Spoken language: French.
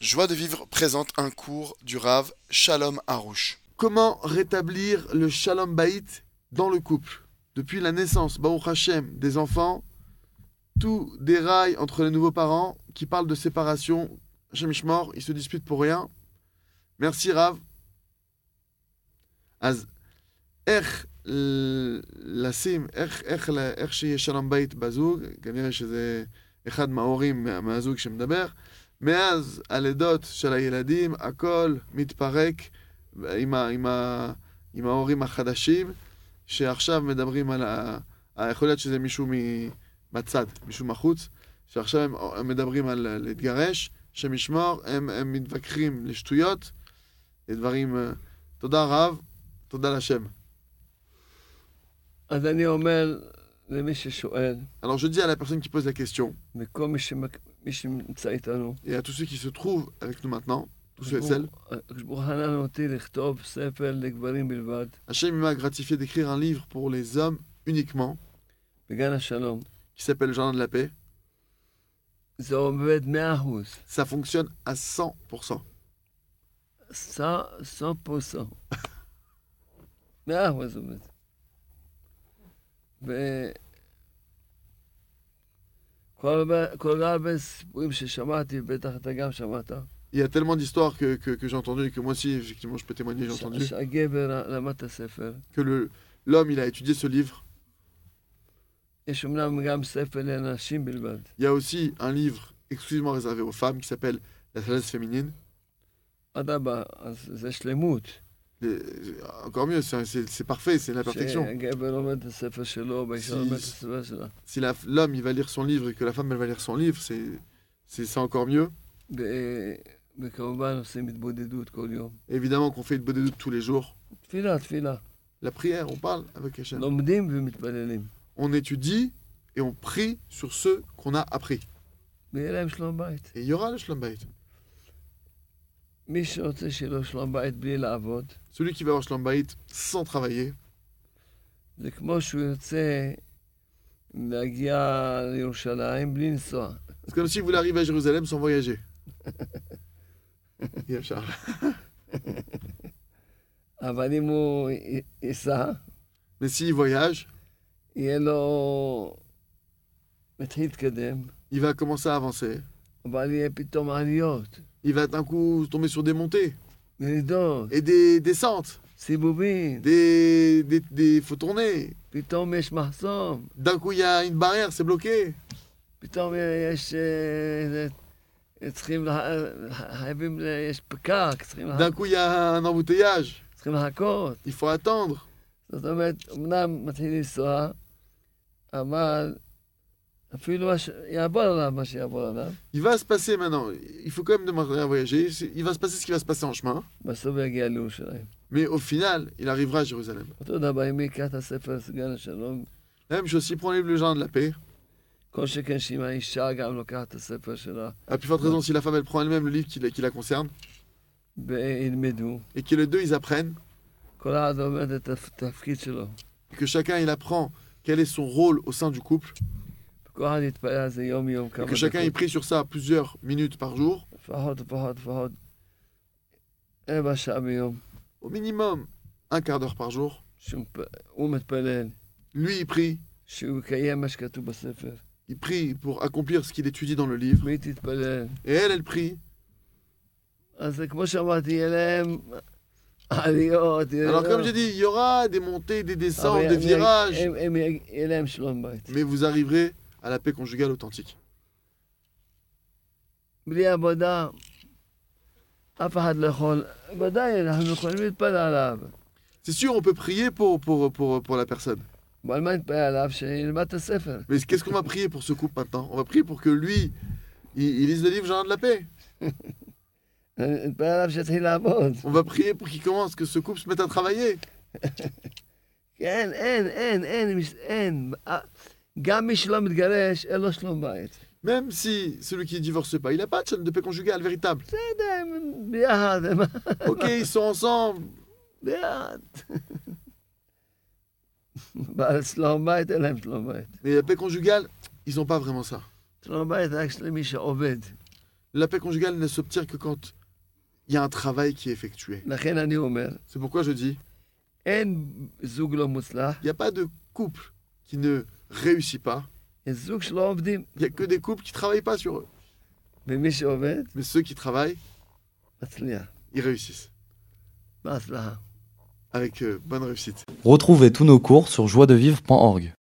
Joie de vivre présente un cours du Rav Shalom Harouche. Comment rétablir le shalom baït dans le couple Depuis la naissance, Baruch Hashem, des enfants, tout déraille entre les nouveaux parents qui parlent de séparation. Hashem Ishmor, ils se disputent pour rien. Merci Rav. אז איך ל- לשים, איך, איך, ל- איך שיהיה שלום בית בזוג, כנראה שזה אחד מההורים מה- מהזוג שמדבר, מאז הלידות של הילדים, הכל מתפרק עם, ה, עם, ה, עם ההורים החדשים, שעכשיו מדברים על ה... ה- יכול להיות שזה מישהו מ- מהצד, מישהו מחוץ, שעכשיו הם, הם מדברים על אה, להתגרש, שמשמור, הם, הם מתווכחים לשטויות, לדברים... אה, תודה רב, תודה לשם. אז אני אומר למי ששואל, Alors je dis à la personne qui pose la question, וכל מי, שמק... מי שנמצא איתנו, et à tous ceux qui se trouvent avec nous maintenant, tous ceux et הקדוש celles, ברוך- הקדוש ברוך הוא חנן אותי לכתוב ספר לגברים בלבד, Hachem il m'a gratifié d'écrire un livre pour les hommes uniquement, בגן השלום. qui s'appelle Le Jardin de la Paix. זה עובד 100%. Ça fonctionne à 100%. סע, סע פה סע. 100% עובד. וכל הרבה- כל הרבה סיפורים ששמעתי, בטח אתה גם שמעת, Il y a tellement d'histoires que, que, que j'ai entendues et que moi aussi, effectivement, je peux témoigner, j'ai ש- entendu שהגבר למד את הספר. que le- l'homme, il a étudié ce livre. יש אמנם גם ספר לנשים בלבד, Il y a aussi un livre exclusivement réservé aux femmes qui s'appelle La sagesse féminine. אדרבה, אז זה שלמות. Les- encore mieux, c'est c'est- c'est parfait, c'est la perfection. שהגבר לומד את הספר שלו, והאישה Si- לומד את הספר שלה. Si la- l'homme, il va lire son livre et que la femme, elle va lire son livre, c'est- c'est c'est encore mieux. ו- אה, וכמובן עושים התבודדות כל יום. Évidemment qu'on fait une bonne doute tous les jours. תפילה, תפילה. La prière, on parle avec Hachem. לומדים ומתפללים. On étudie et on prie sur ce qu'on a appris. ויהיה להם שלום בית. Et il y aura le Shalom Bayit. מי שרוצה שיהיה לו שלום בית בלי לעבוד, Celui qui va avoir Shalom Bayit sans travailler, זה כמו שהוא ירצה להגיע לירושלים בלי לנסוע. c'est comme s'il voulait arriver à Jérusalem sans voyager. Il y a Charles. אבל אם הוא י- ייסע, Mais s'il voyage, יהיה לו... מתחיל להתקדם, il va commencer à avancer. אבל יהיה pitoum aliyot, Il va d'un coup tomber sur des montées yridot, et des descentes. sibubin, Des, des, des- faut tourner. pitom yesh mahsom, D'un coup, il y a une barrière, c'est bloqué. pitom yesh eh, eh, צריכים, לה- חייבים, ל- יש פקק, צריכים לה- D'un coup, il y a un embouteillage. צריכים לחכות. Il faut attendre. זאת אומרת, אמנם מתחיל לנסוע, אבל אפילו הש... יעבור עליו מה שיעבור עליו, Il va se passer maintenant. Il faut quand même démarrer à voyager. Il va se passer ce qui va se passer en chemin. בסוף יגיע לירושלים. Mais au final, il arrivera à Jérusalem. אותו דבר, אם יקרא את הספר סגן השלום, La même chose, s'il prend le livre Le Jardin de la Paix, כל שכן שאם האישה גם לוקחת את הספר שלה à plus forte raison si la femme elle prend elle-même le livre qui la, qui la concerne, וילמדו, et que les deux ils apprennent, כל אחד עומד את התפ- התפקיד שלו, et que chacun il apprend quel est son rôle au sein du couple, וכל אחד יתפלל על זה יום-יום, et כמה que chacun il דקות, prie sur ça plusieurs minutes par jour, לפחות, לפחות, לפחות, רבע שעה ביום, au minimum un quart d'heure par jour. שהוא מפ- הוא מתפלל, Lui il prie, שהוא יקיים מה שכתוב בספר, il prie pour accomplir ce qu'il étudie dans le livre, והיא תתפלל. et elle elle prie. אז זה כמו שאמרתי, יהיה להם עליות, יהיה Alors comme j'ai להם... dit, il y aura des montées, des descentes, אבל des הם- virages, הם- הם- יהיה להם שלום בית. mais vous arriverez à la paix conjugale authentique. בלי עבודה, אף אחד לא יכול... ודאי, אנחנו יכולים להתפלל עליו. C'est sûr, on peut prier pour, pour, pour, pour la personne. אבל מה נתפלל עליו? שילמד את הספר. Mais qu'est-ce qu'on va prier pour ce couple maintenant On va prier pour que lui, il, il lise le livre Jardin de la paix. נתפלל עליו שיתחיל לעבוד. On va prier pour qu'il commence, que ce couple se mette à travailler. כן, אין, אין, אין, מש- אין. אה, גם מי שלא מתגרש, אין לו שלום בית. לא Même si celui qui ne divorce pas, il n'a pas de chaîne de paix conjugale véritable. בסדר, הם ביחד, הם Ok, ils sont ensemble. ביחד. בעל שלום בית, אין להם שלום בית. Mais la paix conjugale, ils n'ont pas vraiment ça. שלום בית רק למי שעובד. la paix conjugale ne s'obtient que quand il y a un travail qui est effectué. לכן אני אומר, C'est pourquoi je dis, אין זוג לא מוצלח, il n'y a pas de couple qui ne réussit pas. יש זוג שלא עובדים. Il n'y a que des couples qui travaillent pas sur eux. ומי שעובד, Mais ceux qui travaillent, מצליח. ils réussissent. בהצלחה. Avec euh, bonne réussite. Retrouvez tous nos cours sur joiedevivre.org.